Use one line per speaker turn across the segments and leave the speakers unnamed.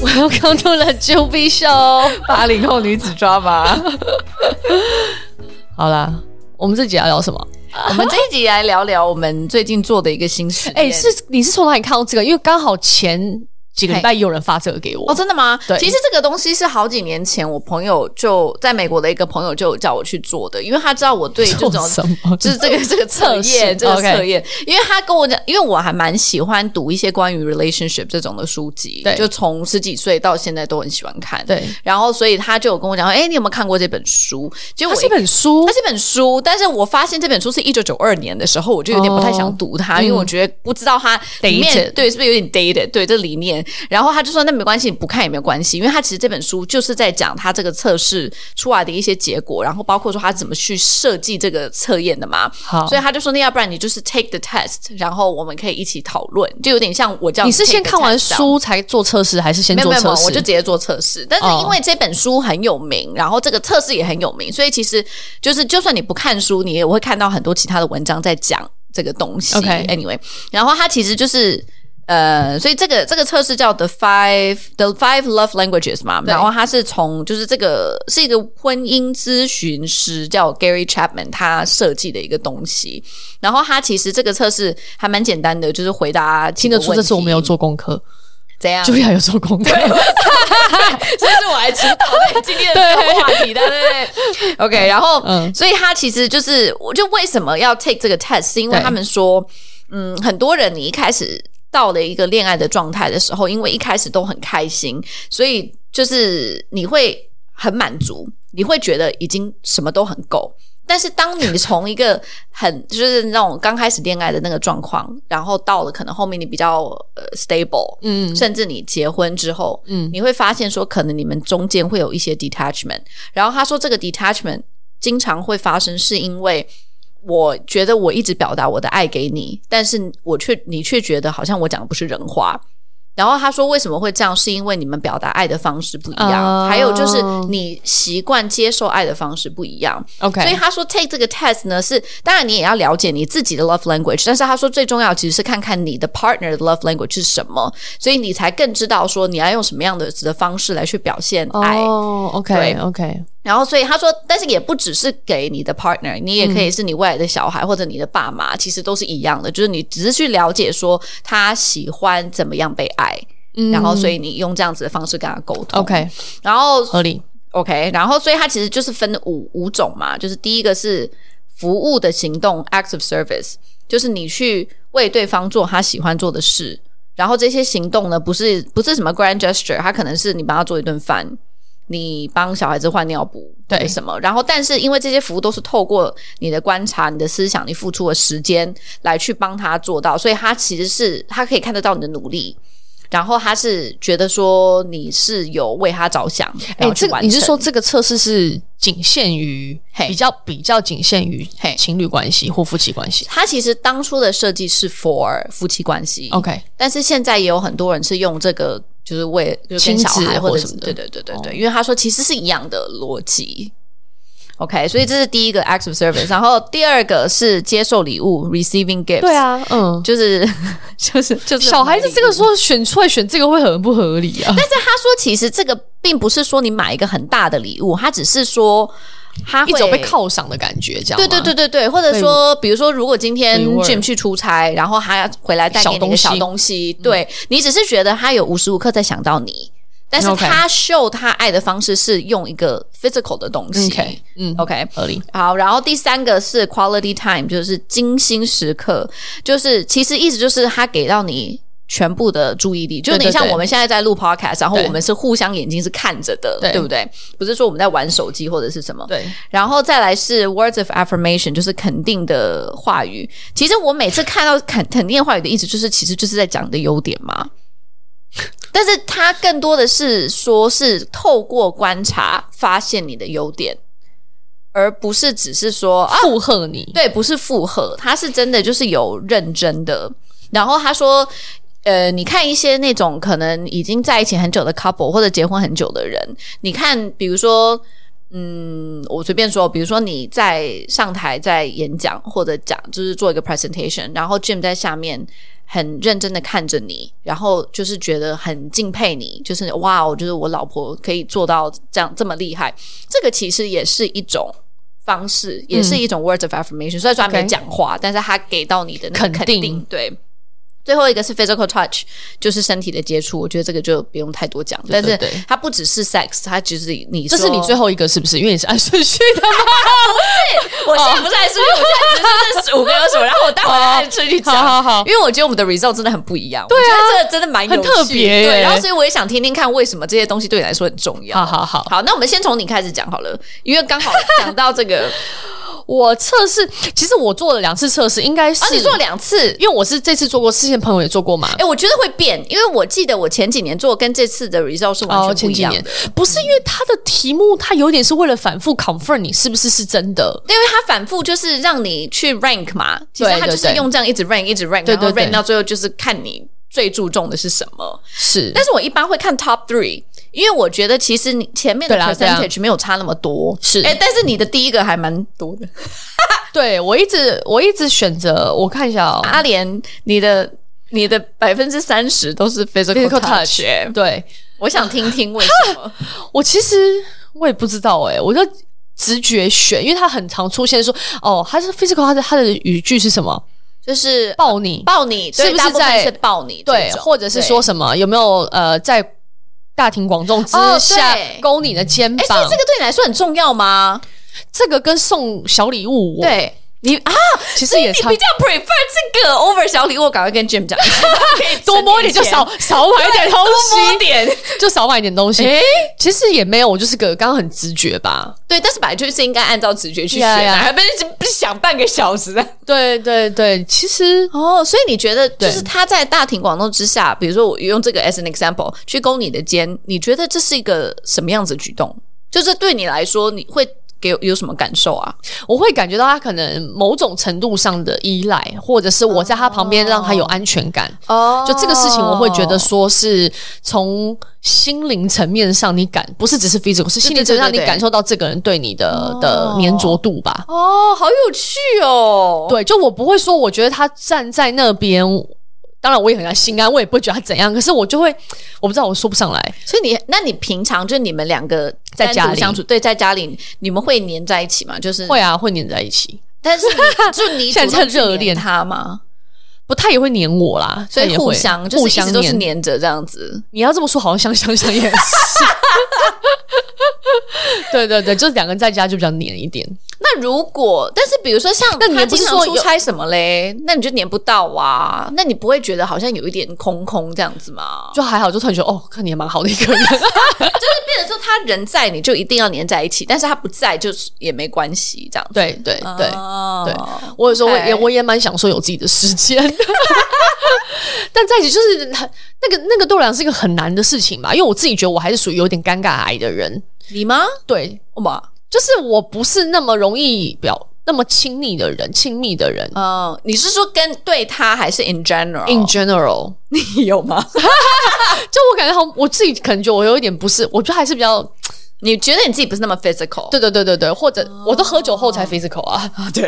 Welcome to the Juby Show。
八零后女子抓马。
好啦，我们这集要聊什么？
我们这一集来聊聊我们最近做的一个新实验。
哎、是你是从哪里看到这个？因为刚好前几个礼拜有人发这个给我。
哦，真的吗？
对
其实这个东西是好几年前我朋友就在美国的一个朋友就叫我去做的，因为他知道我对这种
做什么？
就是这个这个测
测试
验，这个
OK
测验因为他跟我讲，因为我还蛮喜欢读一些关于 relationship 这种的书籍，
对
就从十几岁到现在都很喜欢看。
对，
然后所以他就有跟我讲，哎、你有没有看过这本书？结
它
果我
是一本书
它，是一本书，但是我发现这本书是一九九二年的时候，我就有点不太想读
哦
它，因为我觉得不知道它里面
Dated
对是不是有点 dated 对这理念。然后他就说那没关系，你不看也没有关系，因为他其实这本书就是在讲他这个测试出来的一些结果，然后包括说他怎么去设计这个测验的嘛。
好
所以他就说那要不然你就是 take the test，然后我们可以一起讨论，就有点像我叫
你是
take
先
the
看完
test 这样
书才做测试，还是先
没有
做
没有没有
测，试？
我就直接做测试。但是
哦
因为这本书很有名，然后这个测试也很有名，所以其实就是就算你不看书，你也会看到很多其他的文章在讲这个东西。
OK
anyway，然后它其实就是。呃，所以这个这个测试叫 The Five The Five Love Languages 嘛，
对
然后它是从就是这个是一个婚姻咨询师叫 Gary Chapman 他设计的一个东西，然后他其实这个测试还蛮简单的，就是回答
听
听
得出这次我没有做功课，
怎样，
就要有做 功课。
所以是我来主导在今天的这个话题的，对不对？OK，然后，
嗯
所以他其实就是，我就为什么要 take 这个 test，是因为
对
他们说，嗯，很多人你一开始到了一个恋爱的状态的时候，因为一开始都很开心，所以就是你会很满足，你会觉得已经什么都很够。但是当你从一个很就是那种刚开始恋爱的那个状况，然后到了可能后面你比较呃 stable，
嗯，
甚至你结婚之后，
嗯
嗯，你会发现说，可能你们中间会有一些 detachment。然后他说，这个 detachment 经常会发生，是因为我觉得我一直表达我的爱给你，但是我却你却觉得好像我讲的不是人话。然后他说，为什么会这样？是因为你们表达爱的方式不一样，
哦
还有就是你习惯接受爱的方式不一样。所以
OK，
他说 take 这个 test 呢是，当然你也要了解你自己的 love language，但是他说最重要其实是看看你的 partner 的 love language 是什么，所以你才更知道说你要用什么样的的方式来去表现爱。
哦
哎对
，OK，OK，
然后所以他说，但是也不只是给你的 partner，你也可以是你未来的小孩或者你的爸
嗯
妈，其实都是一样的，就是你只是去了解说他喜欢怎么样被爱，
嗯
然后所以你用这样子的方式跟他沟通。
OK
然后
合理。
OK，然后所以它其实就是分五五种嘛，就是第一个是服务的行动 （acts of service），就是你去为对方做他喜欢做的事，然后这些行动呢，不是不是什么 grand gesture，它可能是你帮他做一顿饭，你帮小孩子换尿布，
对
或者什么。然后，但是因为这些服务都是透过你的观察、你的思想、你付出的时间来去帮他做到，所以他其实是他可以看得到你的努力。然后他是觉得说你是有为他着想，
哎、
然后去
这个
完
你是
成
说这个测试是仅限于
嘿
比较比较仅限于
嘿
情侣关系或夫妻关系
它其实当初的设计是 for 夫妻关系
？OK，
但是现在也有很多人是用这个，就是为就是
亲
跟
子
小孩或
或
者
什么的
对对对对对，因为他说其实是一样的逻辑。OK，所以这是第一个 acts of service，然后第二个是接受礼物 receiving gifts，
对，啊，嗯，
就是 就是就是
小孩子这
礼物
个时候选出来选这个会很不合理啊，
但是他说其实这个并不是说你买一个很大的礼物，他只是说他
一
会
种被犒赏的感觉，这样
对对对对对，或者说，比如说，如果今天
对 word
Jim 去出差，然后他回来带给你一个
小
小
东西嗯
东西，对你只是觉得他有无时无刻在想到你，但是
OK
他秀他爱的方式是用一个 physical 的东西。
，OK，嗯
OK，
合理，
好，然后第三个是 quality time，就是精心时刻，就是其实意思就是他给到你。全部的注意力，就有
对对
点像
对
我们现在在录 podcast，然后
对
我们是互相眼睛是看着的，
对
对不对？不是说我们在玩手机或者是什么，
对，
然后再来是 words of affirmation，就是肯定的话语。其实我每次看到肯肯定的话语的意思，就是其实就是在讲你的优点嘛。但是它更多的是说是透过观察发现你的优点，而不是只是说啊，
附和你，
对，不是附和，他是真的就是有认真的。然后他说，呃，你看一些那种可能已经在一起很久的 couple 或者结婚很久的人，你看，比如说。嗯，我随便说，比如说你在上台在演讲或者讲，就是做一个 presentation，然后 Jim 在下面很认真的看着你，然后就是觉得很敬佩你，就是哇哦，就是我老婆可以做到这样这么厉害，这个其实也是一种。方式也是一种 words of affirmation，、虽然说他
嗯
没
OK
讲话但是他给到你的那个
肯
肯
定
对。最后一个是 physical touch，就是身体的接触，我觉得这个就不用太多讲。
对对
但
对
是它不只是 sex，它只是你
这
说，
是你最后一个是不是？因为你是按顺序的嘛。
我现在不是还是因为我现在只是这五个有什么，然后我待会
哦
再去讲。
好好好
因为我觉得我们的 result 真的很不一样。对啊，这个真的蛮有趣
很特别耶
对，然后所以我也想听听看为什么这些东西对你来说很重要。
好好好，
好，那我们先从你开始讲好了，因为刚好讲到 这个，啊
我测试，其实我做了两次测试，应该是、
啊，你做了两次，
因为我是这次做过，之前朋友也做过嘛。
哎、我觉得会变，因为我记得我前几年做跟这次的 result 是完
哦，
全
前
不一
几
样的，
年不是因为它的题目，它有点是为了反复 confirm 你是不是是真的，
因为它反复就是让你去 rank 嘛，其实
对
它就
对
是
对
用这样一直 rank 一直 rank，
对对
然后
对
rank 到最后就是看你最注重的是什么。
是
但是我一般会看 top three，因为我觉得其实你前面的
对啦对啊
percentage 没有差那么多，
是
哎、但是你的第一个还蛮多 的，
对我一直我一直选择，我看一下哦。
阿莲，你的。你的百分之三十都是 physical
Physical
touch，, 哎
对
我想听听为什么？
我其实我也不知道哎、我就直觉选，因为它很常出现说哦，它是 physical，它的它的语句是什么？
就是
抱你，
抱你，
是不是
对大部分
在
是抱你这种？
对，或者是说什么有没有呃在大庭广众之
哦
下
对
勾你的肩
哎、
膀？
所以这个对你来说很重要吗？
这个跟送小礼物，我
对你啊，
其实也
你
差
比较 prefer 这个 over 小礼物，我赶快跟 Jim 讲一下，可以
多摸一点就 少少买一点东
多摸
西，
点。
就少买一点东西。
哎
其实也没有，我就是个刚刚很直觉吧。
对，但是本来就是应该按照直觉去选、
呀呀
啊，还不是不是想半个小时的。
对对对，其实
哦，所以你觉得就
对
是他在大庭广众之下，比如说我用这个 as an example 去勾你的肩，你觉得这是一个什么样子的举动？就是对你来说，你会给有什么感受啊？
我会感觉到他可能某种程度上的依赖，或者是我在他旁边让他有安全感。
哦
就这个事情，我会觉得说是从心灵层面上你感，不是只是 physical，是心灵层面上
对对
你
对对
感受到这个人对你的
哦
的粘着度吧。
哦，好有趣哦。
对，就我不会说，我觉得他站在那边，当然我也很心安，我也不会觉得他怎样，可是我就会，我不知道我说不上来。
所以你，那你平常就你们两个
在
单独
家里
相处，对，在家里你们会黏在一起吗？就是
会，啊，会黏在一起，
但是你就你
现在
主动
趁热
去黏
恋
他吗？
不太也会黏我啦，
所
他
以
也
互
会
相就
互
是一
相
直都是
黏
黏着这样子。
你要这么说，好像想想想也 是。对对对，就是两个人在家就比较黏一点。
那如果，但是比如说像
那你
他
也不
经
是
常
说
出
有
差什么嘞，那你就黏不到啊？那你不会觉得好像有一点空空这样子吗？
就还好，就突然觉得哦，看你也蛮好的一个人。
就变成说他人在你就一定要黏在一起，但是他不在就是也没关系这样子。
对对对，
哦
对我有时候我也
OK
我也蛮享受有自己的时间，但在一起就是很那个那个对我来讲是一个很难的事情吧，因为我自己觉得我还是属于有点尴尬癌的人，
你吗？
对，
哇，
就是我不是那么容易表那么亲密的人，亲密的人。
哦，你是说跟对他还是 in general？
In general，
你有吗？
就我感觉好像，我自己可能觉得我有一点不是，我觉得还是比较，
你觉得你自己不是那么 physical？
对对对对对，或者我都喝酒后才 physical 啊，
哦对，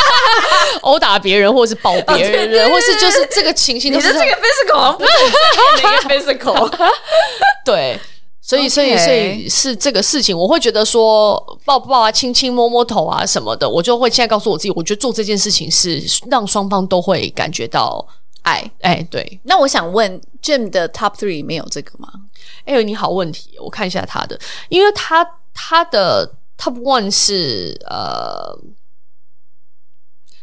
哦
殴打别人或者是抱 别人，或是就是这个情形
你
都
的
是
这个 physical 好像不是你自己的那个 physical。
对，所以
OK
所以所以是这个事情，我会觉得说抱抱啊、亲亲、摸摸头啊什么的，我就会现在告诉我自己，我觉得做这件事情是让双方都会感觉到
哎，
哎、对，
那我想问 Jim 的 top three 里面有这个吗？
哎、呦，你好问题，我看一下他的，因为他他的 top one 是呃，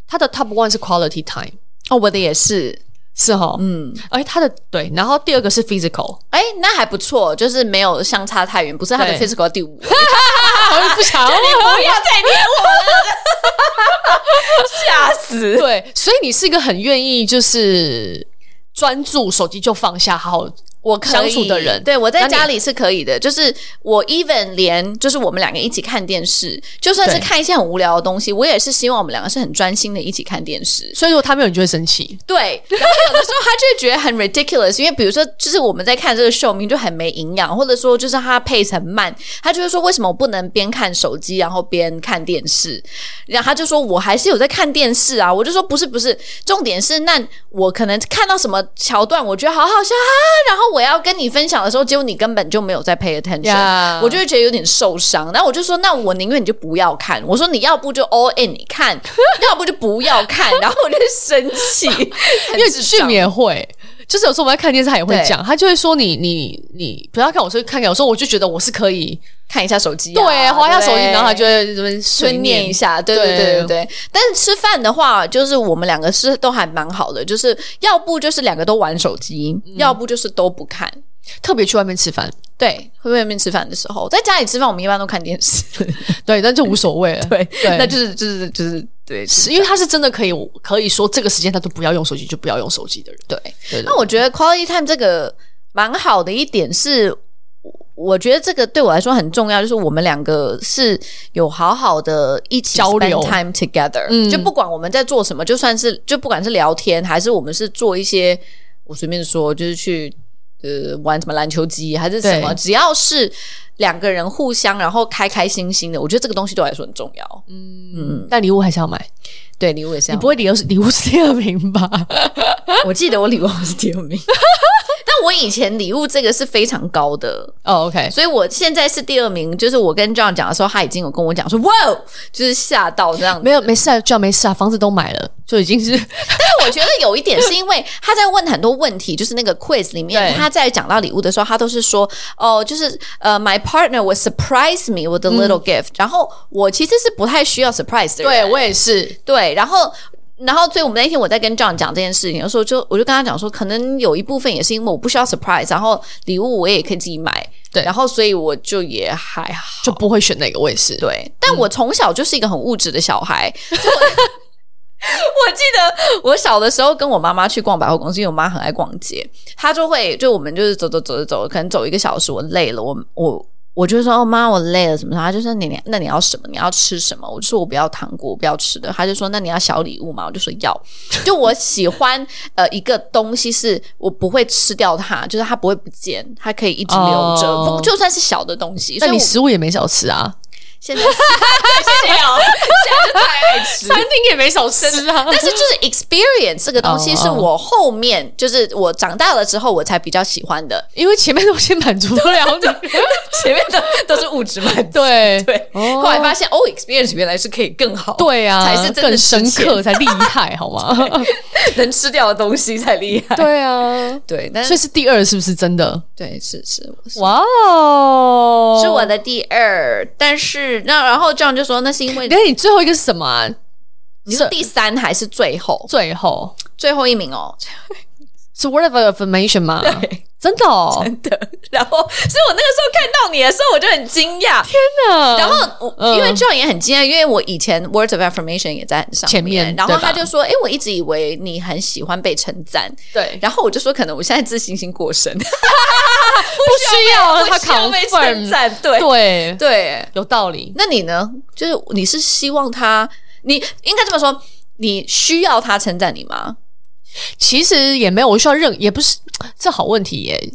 他的 top one 是 quality time，
哦，我的也是，
是哈，
嗯，
哎、他的对，然后第二个是 physical，
哎，那还不错，就是没有相差太远，不是他的
对
physical 第五。
我就不想 要
啊不要再黏我了，吓死！
对，所以你是一个很愿意就是专注手机就放下，好好
我可以
相处的人
对我
那
在
你
家里是可以的，就是我 even 连就是我们两个一起看电视，就算是
对
看一些很无聊的东西，我也是希望我们两个是很专心的一起看电视。
所以如果他没有，你就会生气。
对，然后有的时候他就会觉得很 ridiculous，因为比如说，就是我们在看这个秀，明明就很没营养，或者说就是他 pace 很慢，他就会说为什么我不能边看手机然后边看电视？然后他就说我还是有在看电视啊，我就说不是不是，重点是那我可能看到什么桥段，我觉得好好笑啊，然后我要跟你分享的时候，结果你根本就没有在 pay attention，、
呀
我就会觉得有点受伤。然后我就说，那我宁愿你就不要看，我说你要不就 all in 你看，要不就不要看，然后我就生气， 因
因为俊也会，就是有时候我们在看电视，他也会讲，他就会说你你你不要看我，所以看看我说，我就觉得我是可以，
看一下手机啊、
对，滑一下手机，
对
然后他就会这边
顺
碎
念一。下，对对
对
对对对。但是吃饭的话，就是我们两个是都还蛮好的，就是要不就是两个都玩手机，要不就是都不看。
特别去外面吃饭，
对，会外面吃饭的时候，在家里吃饭，我们一般都看电视。
对，但就无所谓了。
对，
对
那就是就是就是对，
是因为他是真的可以可以说这个时间他都不要用手机，就不要用手机的人。
对。
对
那我觉得 quality time 这个蛮好的一点是，我我觉得这个对我来说很重要，就是我们两个是有好好的一起
交
spend
流
time together，、
嗯
就不管我们在做什么，就算是就不管是聊天还是我们是做一些，我随便说就是去。呃，玩什么篮球机还是什么，
对
只要是两个人互相，然后开开心心的，我觉得这个东西对我来说很重要。
嗯，但礼物还是要买，
对，礼物也是这
你
样
不。会礼物是礼物是第二名吧？
我记得我礼物好像是第二名， 但我以前礼物这个是非常高的，
哦，OK，
所以我现在是第二名。就是我跟 John 讲的时候，他已经有跟我讲说，哇哦，就是吓到这样子。
没有没事啊，就要没事啊，房子都买了，就已经 是
但我觉得有一点是因为他在问很多问题，就是那个 quiz 里面，
对
他在讲到礼物的时候，他都是说，哦，就是呃，my partner would surprise me with a
嗯
little gift、然后我其实是不太需要 surprise 的人，
对我也是，
对，然后。然后，所以我们那天我在跟 John 讲这件事情的时候，就我就跟他讲说，可能有一部分也是因为我不需要 surprise，然后礼物我也可以自己买，
对
然后所以我就也还好，
就不会选那个，我也是。
对。但我从小就是一个很物质的小孩， 就我我记得我小的时候跟我妈妈去逛百货公司，因为我妈很爱逛街，她就会就我们就是走走走走走，可能走一个小时，我累了，我我。我就说哦妈，我累了什么什么，她就说你你那你要什么？你要吃什么？我就说我不要糖果，我不要吃的。她就说那你要小礼物吗？我就说要。就我喜欢呃一个东西是我不会吃掉它，就是它不会不见，它可以一直留着
哦
不就算是小的东西。
那
所以
你
我
食物也没少吃啊，
现 在谢谢哦，现在太爱吃。
厅也没少吃啊
但是就是 experience 这个东西
哦哦
是我后面就是我长大了之后我才比较喜欢的，
因为前面东西满足不了你。
前面的都是物质嘛。
对
对，
哦
后来发现哦，experience 原来是可以更好，
对啊，
才是真的
更深
值钱
刻，才厉害，好吗？
能吃掉的东西才厉害。
对啊，
对，但
所以
是
是第二，是不是真的？
对是是是
哇哦，
是我。的第二，但是那然后这样就说那是因为
那你最后一个是什么啊？
你是第三还是最后
最后
最后一名哦？
是 word of affirmation 吗？ 真的哦，
真的。然后，所以我那个时候看到你的时候，我就很惊讶。 然
然
后我、
嗯
因为 John 也很惊讶，因为我以前 Words of Affirmation 也在很上
前面
然后
对吧
他就说：“哎、我一直以为你很喜欢被称赞。”
对，
然后我就说：“可能我现在自信心过剩，
不需要让哦他
不需要被称
confirm，
赞。对”
对，
对
有道理。
那你呢？就是你是希望他，你应该这么说，你需要他称赞你吗？
其实也没有，我需要认，也不是这好问题耶。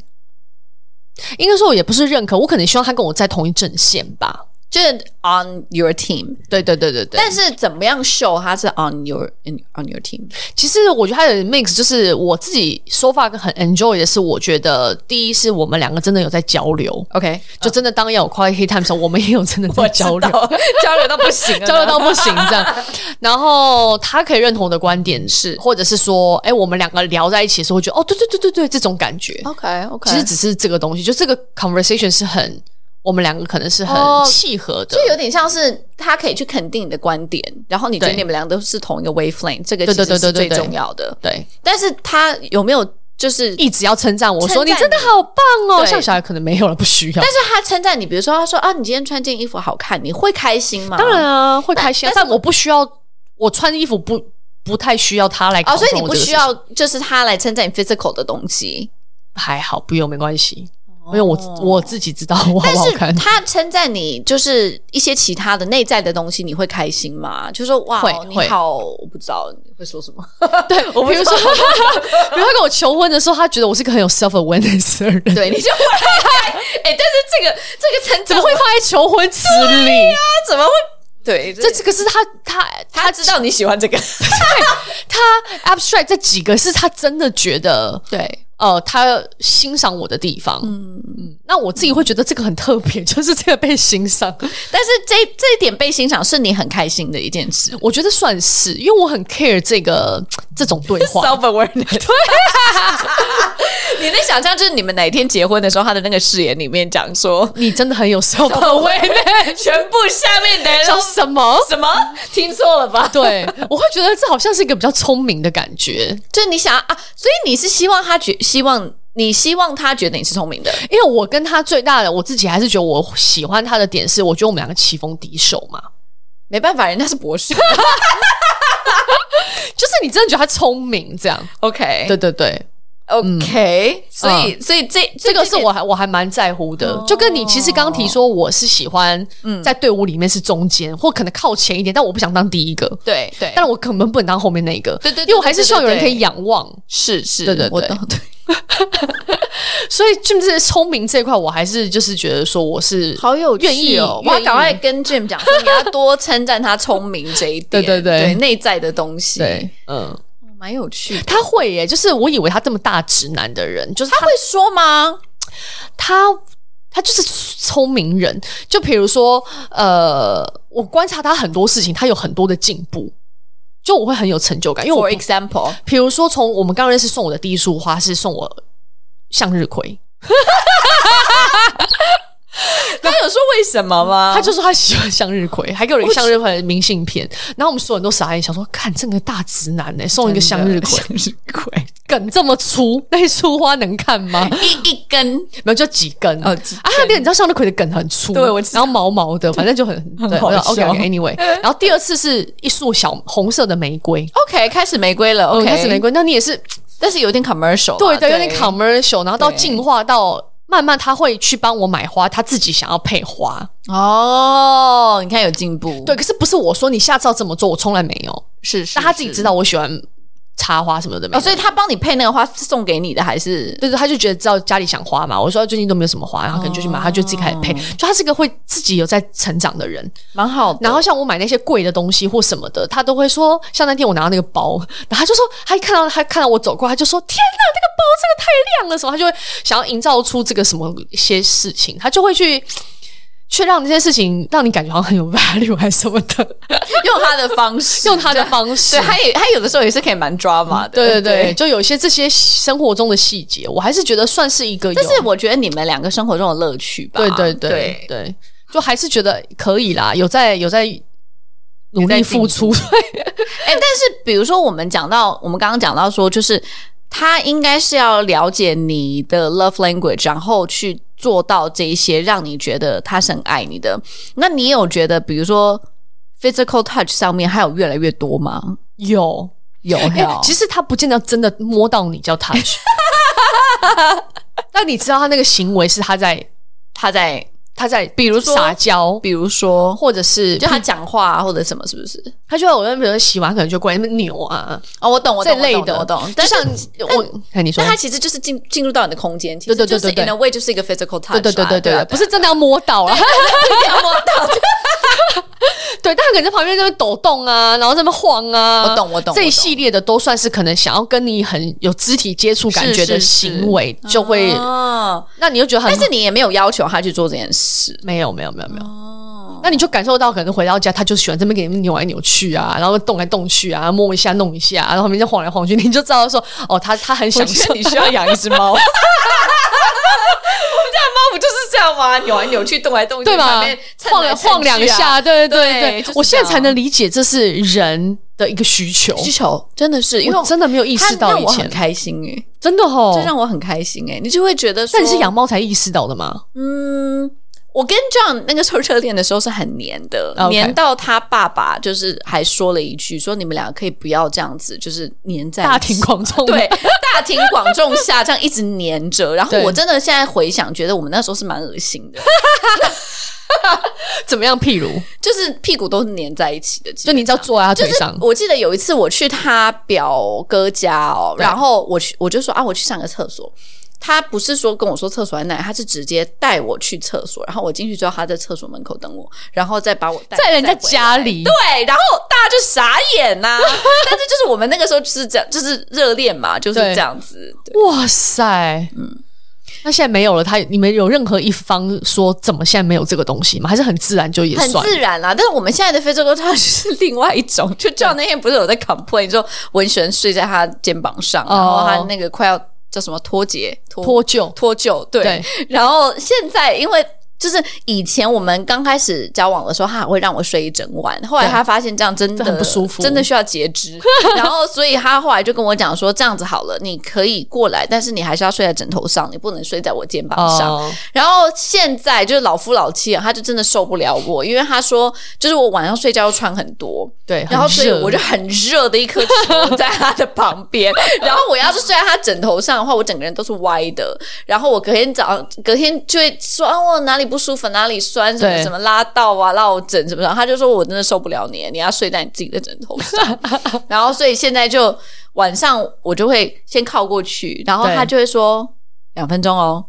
应该说，我也不是认可，我可能希望他跟我在同一阵线吧。
就是 on your team，
对对对对对。
但是怎么样 show 他是 on your in on your team？
其实我觉得他的 mix 就是我自己说法很 enjoy 的是，我觉得第一是我们两个真的有在交流，
OK，
就真的当要有 quality time 的时候，我们也有真的在
我
交
知
流。
道交流到不行了，
交流到不行这样。然后他可以认同我的观点是，或者是说，哎、我们两个聊在一起的时候，会觉得哦，对对对对对，这种感觉。
OK 哦 OK，
其实只是这个东西，就这个 conversation 是很，我们两个可能是
哦
很契合的。
就有点像是他可以去肯定你的观点，然后你觉得
对
你们俩都是同一个 wavelength，这个
对
其
对
实
对对
是
对
最
对
重要的。
对，
但是他有没有就是？
一直要称赞我说
称赞
你
你
真的好棒哦。
对
像小孩可能没有了，不需要。
但是他称赞你，比如说他说啊，你今天穿这件衣服好看，你会开心吗？
当然啊，会开心啊，
但
但我不需要，我穿衣服不不太需要他来。
哦哦，所以你不需。要就是他来称赞你 physical 的东西。
还好，不用没关系，因为我我自己知道我好
哦但
不好
是
看。
他称赞你，就是一些其他的内在的东西，你会开心吗？就说哇
会，
你
会
好，我不知道你会说什么。
对，比如说，比如他跟我求婚的时候，他觉得我是个很有 self awareness 的人，
对，你就会 哎、但是这个这个称
怎
赞
么会放在求婚词里？
他怎么会？对，这
这这个是他他
他知道你喜欢这个，
他 abstract 这几个是他真的觉得
对，
呃，他欣赏我的地方。嗯嗯，那我自己会觉得这个很特别，就是这个被欣赏，
但是这这一点被欣赏是你很开心的一件 事。
我觉得算是，因为我很 care 这个这种对 话。
awareness，对，你能想象就是你们哪天结婚的时候，他的那个誓言里面讲 说，
你真的很有 self awareness，
全部下面的人
叫什么？
什么？听错了吧？
对，我会觉得这好像是一个比较聪明的感觉，
就是你想啊，所以你是希望他觉，希望你希望他觉得你是聪明的，
因为我跟他最大的，我自己还是觉得我喜欢他的点是，我觉得我们两个棋逢敌手嘛，
没办法，人家是博士。
就是你真的觉得他聪明这样，
OK，
哎对对对，
OK，、所以所以这
这个是哦我还我还蛮在乎的，就跟你其实刚提说我是喜欢在队伍里面是中间，或可能靠前一点，但我不想当第一个，
对对，
但我根本不能当后面那一个，
对对对
因为我还是希望有人可
对对
以仰望，
是是，
对对对
我懂对，
所以就是聪明这一块，我还是就是觉得说我是
好有
愿意
哦！我
愿
要
意
赶快跟 Jim 讲说，你要多称赞他聪明这一 点，
对对对
内在的东西，
对，，嗯，
哦蛮有趣的。
他会耶，就是我以为他这么大直男的人，就是
他
他
会说吗？
他他就是聪明人，就比如说，呃，我观察他很多事情，他有很多的进步，就我会很有成就感，因为我
For example，
比如说从我们刚认识送我的第一束花是送我向日葵，
他有说为什么吗？
他就说他喜欢向日葵，啊还给我一个向日葵的明信片，然后我们所有人都傻眼，想说看这个大直男呢、欸送一个向日 葵，
向日葵
梗这么粗，那一束花能看吗？
一一根，
没有，就几根
哦几
啊，那个你知道向日葵的梗很粗，
对我知
然后毛毛的，反正就很对。
好笑
OK OK，Anyway，然后第二次是一束小红色的玫瑰
OK，开始玫瑰了
哦
，OK，
开始玫，瑰，那你也是
但是有点 commercial，啊
对对，有点 commercial，然后到进化到慢慢他会去帮我买花，他自己想要配花，
哦，你看有进步，
对，，可是不是我说你下次要这么做，我从来没有，
是是，
但他自己知
道
道我喜欢插花什么的没
哦，
有，
所以他帮你配那个花是送给你的还是？
对对，他就觉得知道家里想花嘛，我说最近都没有什么花，然后可能就去
哦
买，他就自己开始配，就他是个会自己有在成长的人，
蛮好的，
然后像我买那些贵的东西或什么的，他都会说，像那天我拿到那个包，然后他就说，他一看到他看到我走过，他就说：“天哪，这个包这个太亮了！”什么，他就会想要营造出这个什么一些事情，他就会去去让这些事情让你感觉好像很有 value 还是什么的，
用他的方 式，
用他的方式
对，。他也他有的时候也是可以蛮 drama 的，
对对对，。就有一些这些生活中的细节，我还是觉得算是一个有，
但是我觉得你们两个生活中的乐趣吧，
对对对
对，
对，就还是觉得可以啦，有在有在努
有在
力
进
付出，
哎、但是比如说我们讲到，我们刚刚讲到说，就是他应该是要了解你的 love language，然后去做到这一些让你觉得他是很爱你的。那你有觉得，比如说 physical touch 上面还有越来越多吗？
有。
有，
哎
有
其实他不见得真的摸到你叫 touch，但你知道他那个行为是他在
他在，
他在
比如说
撒娇，
比如说，
或者是
就他讲话、啊、或者什么，是不是？
他就会我比如说洗完可能就过来那边扭啊
哦，我懂，我
这
懂，我
类
懂，
的，
我懂。
就
但是
像我，哎你说
但。他其实就是进进入到你的空间，其实
对对对
就是
对对
in a way 就是一个 physical touch，
对对对
啊
对
啊
对，
啊
不是真的要摸到啊，
要摸到，
对，但他可能在旁边在那边抖动啊，然后在那边晃啊，
我懂我懂
这
我懂
一系列的都算是可能想要跟你很有肢体接触感觉
是是啊
的行为，就会，
哦
那你就觉得很，
但是你也没有要求他去做这件事。
没有没有没有没有，
哦，
那你就感受到，可能回到家，他就喜欢这边给你们扭来扭去啊，然后动来动去啊，摸一下弄一下，然后旁边就晃来晃去，你就知道说，哦，他他很享受。
要养一只 猫。我们家的猫不就是这样吗？扭来扭去，动来动去，
对吧
旁边？蹭
晃
来
了
蹭去啊
晃两下，。对对对
对
对
就是
我现在
这样
才能理解这是人的一个需求，
需求真的是因为
我真的没有意
意
识到以
我很
前，
开心哎、
真的哦
欸这。让我很开心哎、你就会觉得说，
但你是养猫才意识到的吗？
嗯，我跟 John 那个时候热恋的时候是很黏的
OK
黏到他爸爸就是还说了一句，说你们两个可以不要这样子，就是黏在一起
大庭广众，
对，大庭广众下这样一直黏着，然后
对
我真的现在回想，觉得我们那时候是蛮恶心的，
怎么样？譬如，
就是屁股都是黏在一起的。基
就
本
你只要坐在他
就
腿
是
上，
我记得有一次我去他表哥家哦，
对
然后我去我就说啊，我去上个厕所。他不是说跟我说厕所在哪里，他是直接带我去厕所，然后我进去之后，他在厕所门口等我，然后再把我带
在人家
带回来
家里，
对，然后大家就傻 眼呐、但是就是我们那个时候就是这样，就是热恋嘛，就是
对
这样子。对
哇塞，嗯。那现在没有了，他你们有任何一方说怎么现在没有这个东西吗？还是很自然就也
很
算？
自然啦、但是我们现在的非洲沟通是另外一种，就这样那天不是
哦
有在 complain 说文璇睡在他肩膀上，然后他那个快要叫什么脱节脱
脱臼，
脱臼，对。
对
然后现在因为。就是以前我们刚开始交往的时候，他还会让我睡一整晚。后来
对
他发现这样真的
这很不舒服
真的需要 截肢。然后，所以他后来就跟我讲说：“这样子好了，你可以过来，但是你还是要睡在枕头上，你不能睡在我肩膀上。
哦，
然后现在就是老夫老妻啊，他就真的受不了我，因为他说就是我晚上睡觉要穿很多，
对，
然后
很
所以
热
我就很热的一颗 球在他的旁边，然后我要是睡在他枕头上的话，我整个人都是歪的，然后我隔天早上隔天就会说啊我哪里不舒服，哪里酸什么
对
什么拉到啊落枕什么的，他就说我真的受不了你，你要睡在你自己的枕头 上，然后所以现在就晚上我就会先靠过去，然后
对
他就会说两分钟哦。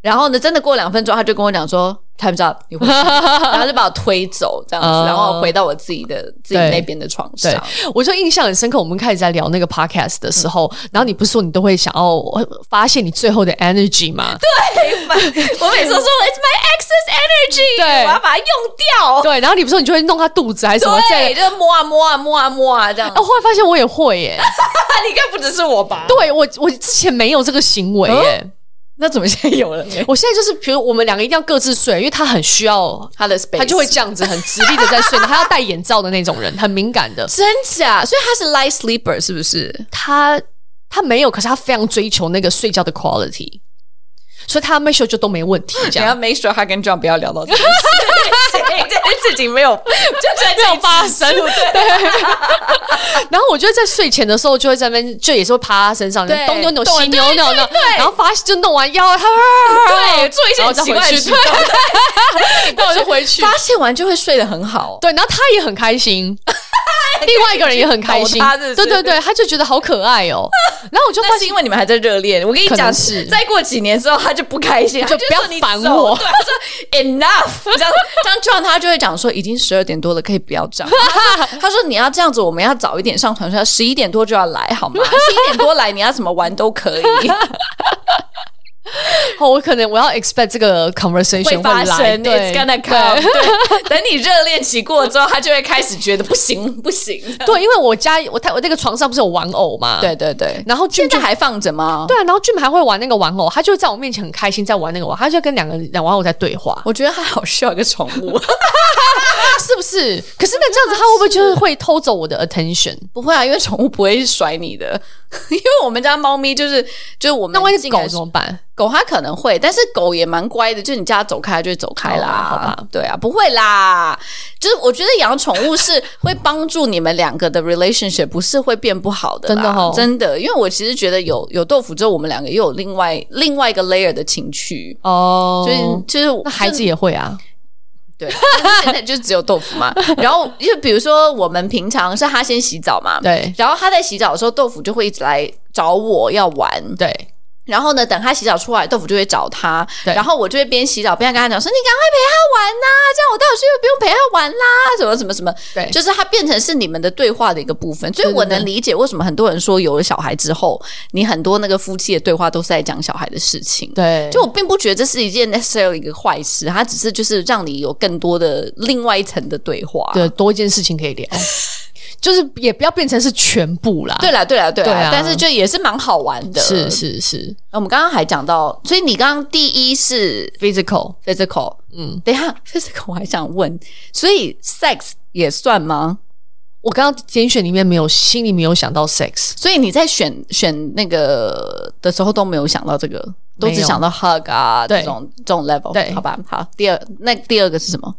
然后呢，真的过两分钟，他就跟我讲说 “Time's up”，你回去，然后就把我推走这样子，
哦
然后回到我自己的自己
对
那边的床上
对。，我就印象很深刻。我们开始在聊那个 podcast 的时候，
嗯
然后你不是说你都会想要发现你最后的 energy 吗？
我每次都说 “It's my excess energy”，
对
我要把它用掉。
对，然后你不是说你就会弄他肚子还是什么之类
对，
的。
就摸啊摸啊摸啊摸啊这样。
啊！我后来发现我也会耶、
那应该不只是我吧？
对我我之前没有这个行
嗯
为耶、
那怎么现在有了呢？
我现在就是，比如我们两个一定要各自睡，因为他很需要，
他的 space，
他就会这样子很直立的在睡，他要戴眼罩的那种人，很敏感的。
真假？所以他是 light sleeper 是不是？
他他没有，可是他非常追求那个睡觉的 quality，所以他 make sure 就都没问题这样
你 要。没说他跟 John 不要聊到这件事情，这件事情没有，就是没有发生。
然后我觉得在睡前的时候，就会在那边，就也是会趴他身上，
对
东扭扭
动了
西扭扭
对对
的
对对，
然后发就弄完 腰，啊他
对，做一些
然后
很
再
奇
回
怪的
去，
事
对，然后我就回去，
发泄完就会睡得很好。
对，然后他也很开 心。另外一个人也很开心
抖他是不，
对
是
对对，他就觉得好可爱 哦。然后我就发
那是
现
因为你们还在热恋，我跟你
可
讲，
能是
再过几年之后他就不开心，
就
他
不要
说你
烦
走
我
对，他说 enough，这样这样，这样他就会讲说已经十二点多了，可以不要 这样。他说他说你要这样子，我们要早一点上床睡，十一点多就要来好 吗？十一点多来，你要怎么玩都可以，
哦，我可能我要 expect 这个 conversation
会发
来，
生，it's
对
gonna come 对。等你热恋期过之后，他就会开始觉得不行不行。
对，因为我家我他我那个床上不是有玩偶嘛，，
对对对，
然后就
现在还放着吗？
对啊，然后 Jim 还会玩那个玩偶，他就在我面前很开心在玩那个玩，他就跟两个两玩偶在对话，
我觉得他好需要一个宠物。
是不是？可是那这样子，他会不会就是会偷走我的 attention？
不会啊，因为宠物不会甩你的， 因为我们家猫咪就是就是我们
那万一
进来
狗怎么办？
狗它可能会，但是狗也蛮乖的，就是你叫它走开，它就会走开啦。
哦好吧好吧
对啊，不会啦。就是我觉得养宠物是会帮助你们两个的 relationship，不是会变不好的啦，
真的哦
真的。因为我其实觉得有有豆腐之后，我们两个又有另外另外一个 layer 的情趣。
哦，
就是就是
那孩
就
子也会啊，
对，但是现在就只有豆腐嘛。然后就比如说我们平常是他先洗澡嘛，
对
然后他在洗澡的时候，豆腐就会一直来找我要玩。
对
然后呢，等他洗澡出来，豆腐就会找他。
对
然后我就会边洗澡边跟他讲说：“你赶快陪他玩呐、这样我到时候就不用陪他玩啦，什么什么什么。”
对
就是它变成是你们的对话的一个部分。所以
对对
我能理解为什么很多人说有了小孩之后，你很多那个夫妻的对话都是在讲小孩的事情。
对，
就我并不觉得这是一件 necessarily 一个坏事，它只是就是让你有更多的另外一层的对话。
对多一件事情可 以聊，就是也不要变成是全部啦。
对啦，对啦，对啦，
对啊
但是就也是蛮好玩的。
是是是
我们刚刚还讲到，所以你刚刚第一是
，physical，
physical，
嗯，
等一下 physical 我还想问，所以 sex 也算吗？
我刚刚拣选里面没有，心里没有想到 sex，
所以你在选选那个的时候都没有想到这个都
没
只
有
想到 hug 啊
对
这种这种 level，
对
好吧？好，第二那第二个是什么？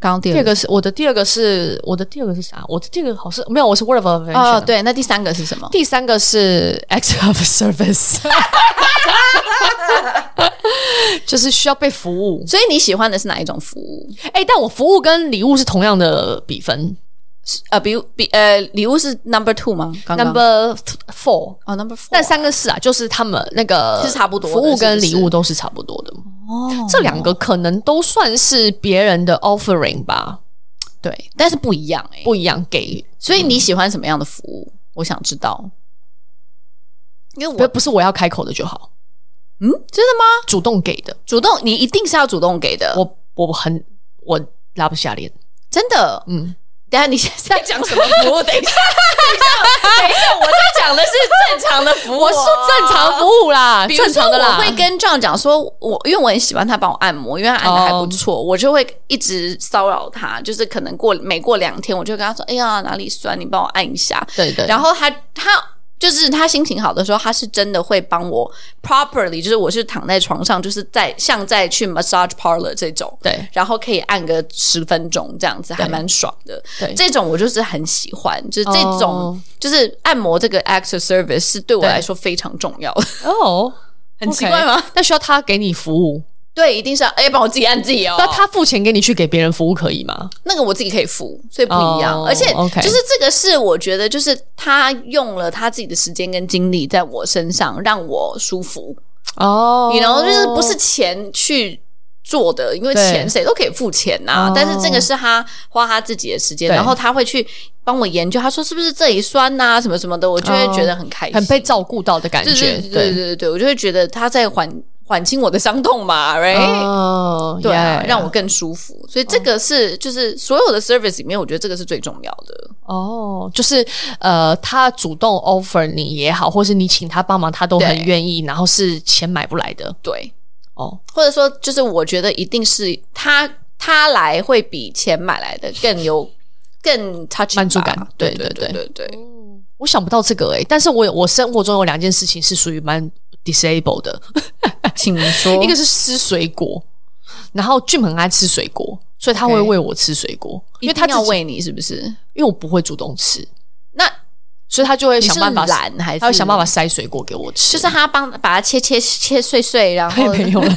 刚刚第
第
二
二个是我的第二个是我的第二个是啥？我的第二个好像没有，我是 word of affirmation
哦，。对，那第三个是什么？
第三个是 act of service，就是需要被服务。
所以你喜欢的是哪一种服务？
哎、但我服务跟礼物是同样的比分
呃，比如比呃，礼物是 number two 吗刚
嗯
刚
，number four。
哦 number four，
但三跟四啊，就是他们那个
是差不多的
服务跟
是不是
礼物都是差不多的。
哦
这两个可能都算是别人的 offering 吧，
对，但是不一样哎、
不一样给，
所以你喜欢什么样的服务？我想知道，因为
不
我
不是我要开口的就好，
嗯，真的吗？
主动给的，
主动，你一定是要主动给的，
我我很我拉不下脸，
真的。
嗯，
等一下你现在在讲什么服务？等一下，等一下，等一下，我在讲的是正常的服务、啊
我是正常服。务啦，
比如
正
说，
常的
我
啦，
会跟 John 讲说，我因为我很喜欢他帮我按摩，因为他按的还
哦
不错我就会一直骚扰他，就是可能过每过两天，我就跟他说：“哎呀，哪里酸，你帮我按一下。”
对对，
然后他他就是他心情好的时候，他是真的会帮我 properly，就是我是躺在床上，就是在像在去 massage parlor 这种，
对
然后可以按个十分钟这样子，还蛮爽的。
对
这种我就是很喜欢，就是这种、
哦
就是按摩这个 actor service 是对我
对
来说非常重要的，
哦，
很奇怪吗
OK？那需要他给你服务，
对，一定是要哎，帮、我自己按自己哦。
那他付钱给你去给别人服务可以吗？
那个我自己可以付，所以不一样。
哦
而且
OK
就是这个是我觉得就是他用了他自己的时间跟精力在我身上，让我舒服。
哦
你 you know，就是不是钱去做的，因为
对
钱谁都可以付钱呐、
哦
但是这个是他花他自己的时间，
对
然后他会去帮我研究，他说是不是这里酸呐、什么什么的，我就会觉得很开心，
哦很被照顾到的感
对
觉
对，对对对对，我就会觉得他在缓缓轻我的伤痛嘛，right？、
哦，
对啊
yeah，
让我更舒服，所以这个是就是所有的 service 里面，我觉得这个是最重要的。
哦，就是呃，他主动 offer 你也好，或是你请他帮忙，他都
对
很愿意，然后是钱买不来的
对，
哦。
或者说就是我觉得一定是他他来会比钱买来的更 有更 touch
满足感
对
对
对
对
对对对
我想不到这个诶、但是我有我生活中有两件事情是属于蛮 disable 的，啊
请说
一
一
个
个
是吃水果，然后俊很爱吃水果，所以他会
OK
喂我吃水果因
因
为
为
他
他
自
要
己，
喂你是不是？
因为我不会主动吃，
那
所以他就会
你
想
是
办法，
懒还是
他会想办法，塞水果给我吃，
就是他帮把它切切切碎碎，然
也
后
没有 了，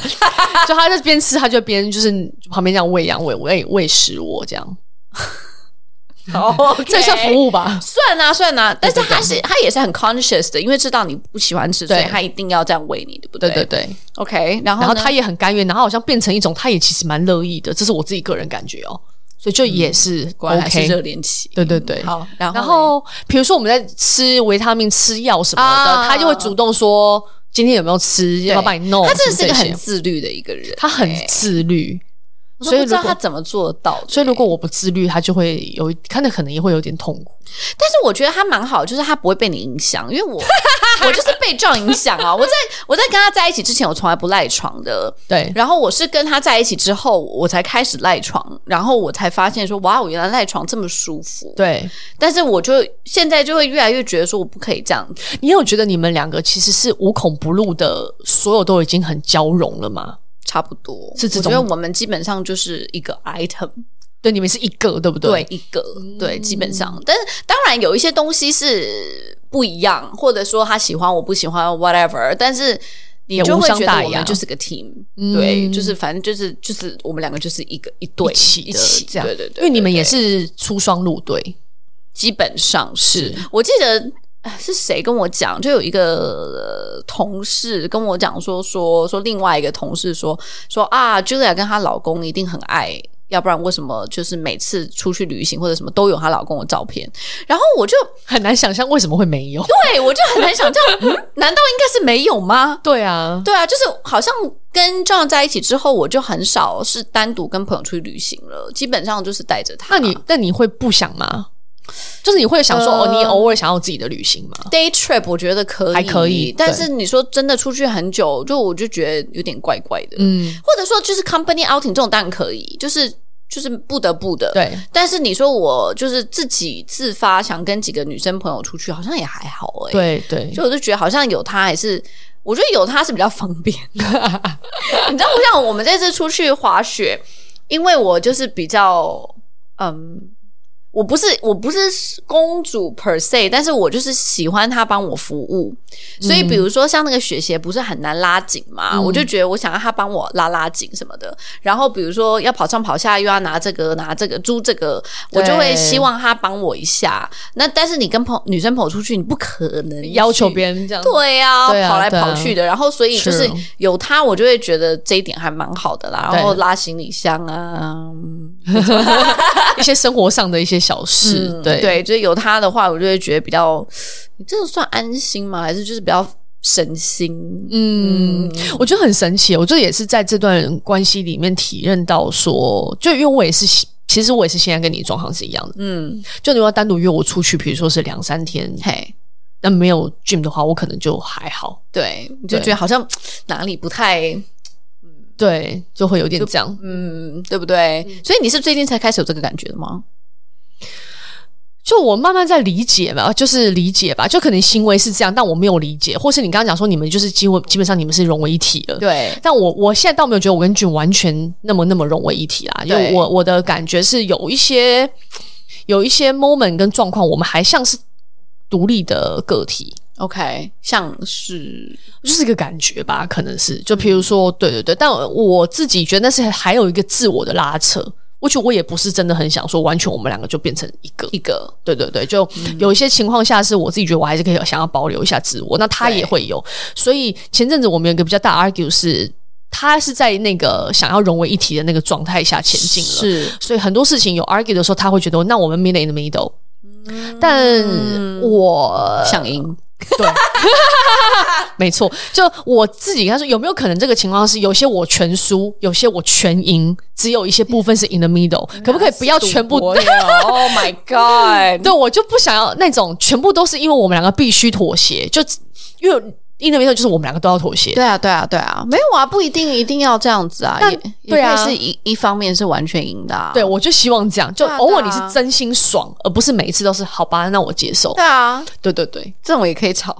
就他就边吃，他就边就是旁边这样喂养喂喂喂食我这样，
哦，
这算服
务。
务吧？
算啊算啊，但是他是他也是很 conscious 的，因为知道你不喜欢吃，所
对
以他一定要这样喂你，对不
对
对
对对，
，OK。然后
然
哦呢
后他也很甘愿，然后好像变成一种，他也其实蛮乐意的，这是我自己个人感觉哦，所以就也是
嗯果然还是
OK，、
热恋期，
对对对。
好，然
然
后然
后比如说我们在吃维他命、吃药什么的，
啊
他就会主动说今天有没有吃，要不要帮你弄。
他真的是一个
什么
很
这些
自律的一个人，哎
他很自律，
我都
所以
不知
如
道他
果
怎么做到的。欸
所以如果我不自律，他就会有一，看的可能也会有点痛苦。
但是我觉得他蛮好，就是他不会被你影响，因为我我就是被这种影响啊。我在我在跟他在一起之前，我从来不赖床的。
对，
然后我是跟他在一起之后，我才开始赖床，然后我才发现说，哇，哦我原来赖床这么舒服。，
对
但是我就现在就会越来越觉得说，我不可以这样子。
你有觉得你们两个其实是无孔不入的，所有都已经很交融了吗？
差不多
是这
我
种
觉得我们基本上就是一个 item，
对，你们是一个，对不对？嗯
对一个，对，基本上。但是当然有一些东西是不一样，或者说他喜欢我不喜欢 whatever，但是你
也
就
无
会
伤
觉
大
得我
雅
们就是个 team，、
嗯
对，就是反正就是就是我们两个就是一个一对
一起的
一起
这样
对对对，
因为你们也
对对
是出双入对，
基本上是
是
我记得。呃是谁跟我讲？就有一个、呃同事跟我讲说说说另外一个同事说说啊，Julia 跟她老公一定很爱，要不然为什么就是每次出去旅行或者什么都有她老公的照片？然后我就
很难想象为什么会没有。
对我就很难想象， 嗯难道应该是没有吗？
对啊，
对啊，就是好像跟 John 在一起之后，我就很少是单独跟朋友出去旅行了，基本上就是带着他。
那你那你会不想吗？就是你会想说，
呃
哦，你偶尔想要自己的旅行吗？
day trip 我觉得可以，
还可以
但是你说真的出去很久，就我就觉得有点怪怪的。
嗯，
或者说就是 company outing 这种当然可以，就是就是不得不的。。
对，
但是你说我就是自己自发想跟几个女生朋友出去，好像也还好哎、欸。
对对，
所以我就觉得好像有他还是。我觉得有它是比较方便。 你知道，我想我们这次出去滑雪，因为我就是比较，嗯，我不是我不是公主 per se，但是我就是喜欢他帮我服务。所以比如说像那个雪鞋不是很难拉紧嘛，
嗯
我就觉得我想要他帮我拉拉紧什么的。然后比如说要跑上跑下，又要拿这个拿这个租这个，我就会
对
希望他帮我一下。那但是你跟朋女生朋友出去，你不可能
要求
去
别人这样。
对呀、
对啊
跑来
对啊
跑去的，然后所以就是
是哦
有他，我就会觉得这一点还蛮好的啦。
对嗯
然后拉行李箱啊，
一些生活上的一些小事，
嗯
对
对，就是有他的话，我就会觉得比较，你这个算安心吗？还是就是比较省心？
嗯，我觉得很神奇。我觉得也是在这段关系里面体认到说，就因为我也是，其实我也是现在跟你状况是一样的。
嗯，
就你要单独约我出去，比如说是两三天，
嘿，
那没有 gym 的话，我可能就还好，
对，你就觉得好像哪里不太，
对，就会有点这样。
嗯，对不对？所以你是最近才开始有这个感觉的吗？
就我慢慢在理解吧，就是理解吧，就可能行为是这样，但我没有理解，或是你刚刚讲说你们就是几乎基本上你们是融为一体了，
对，
但我我现在倒没有觉得我跟俊完全那么那么融为一体啦，因为
对
我我的感觉是有一些有一些 moment 跟状况，我们还像是独立的个体，
OK，像是
就是一个感觉吧，可能是就譬如说，对对对，但我自己觉得那是还有一个自我的拉扯。我觉得我也不是真的很想说，完全我们两个就变成一个一个，对对对，就有一些情况下是我自己觉得我还是可以想要保留一下自我，那他
对
也会有，所以前阵子我们有一个比较大的 argue 是，他是在那个想要融为一体的那个状态下前进了，
是
所以很多事情有 argue 的时候，他会觉得那我们 meet in the middle，、但我
想赢，
没错，就我自己跟他说，有没有可能这个情况是有些我全输，有些我全赢，只有一些部分
嗯
是 in the middle，可不可以不要全部
赌？博呀？Oh my god！
对，我就不想要那种全部都是因为我们两个必须妥协，就因为 in the middle 就是我们两个都要妥协。
对啊，对啊，对啊，没有啊，不一定一定要这样子啊，
但
也
对啊
也可以是一一方面是完全赢的、啊，
对，我就希望这样，就
对啊
偶尔
对
你
啊
是真心爽，而不是每一次都是好吧，那我接受。
对啊，
对对对，
这种也可以吵，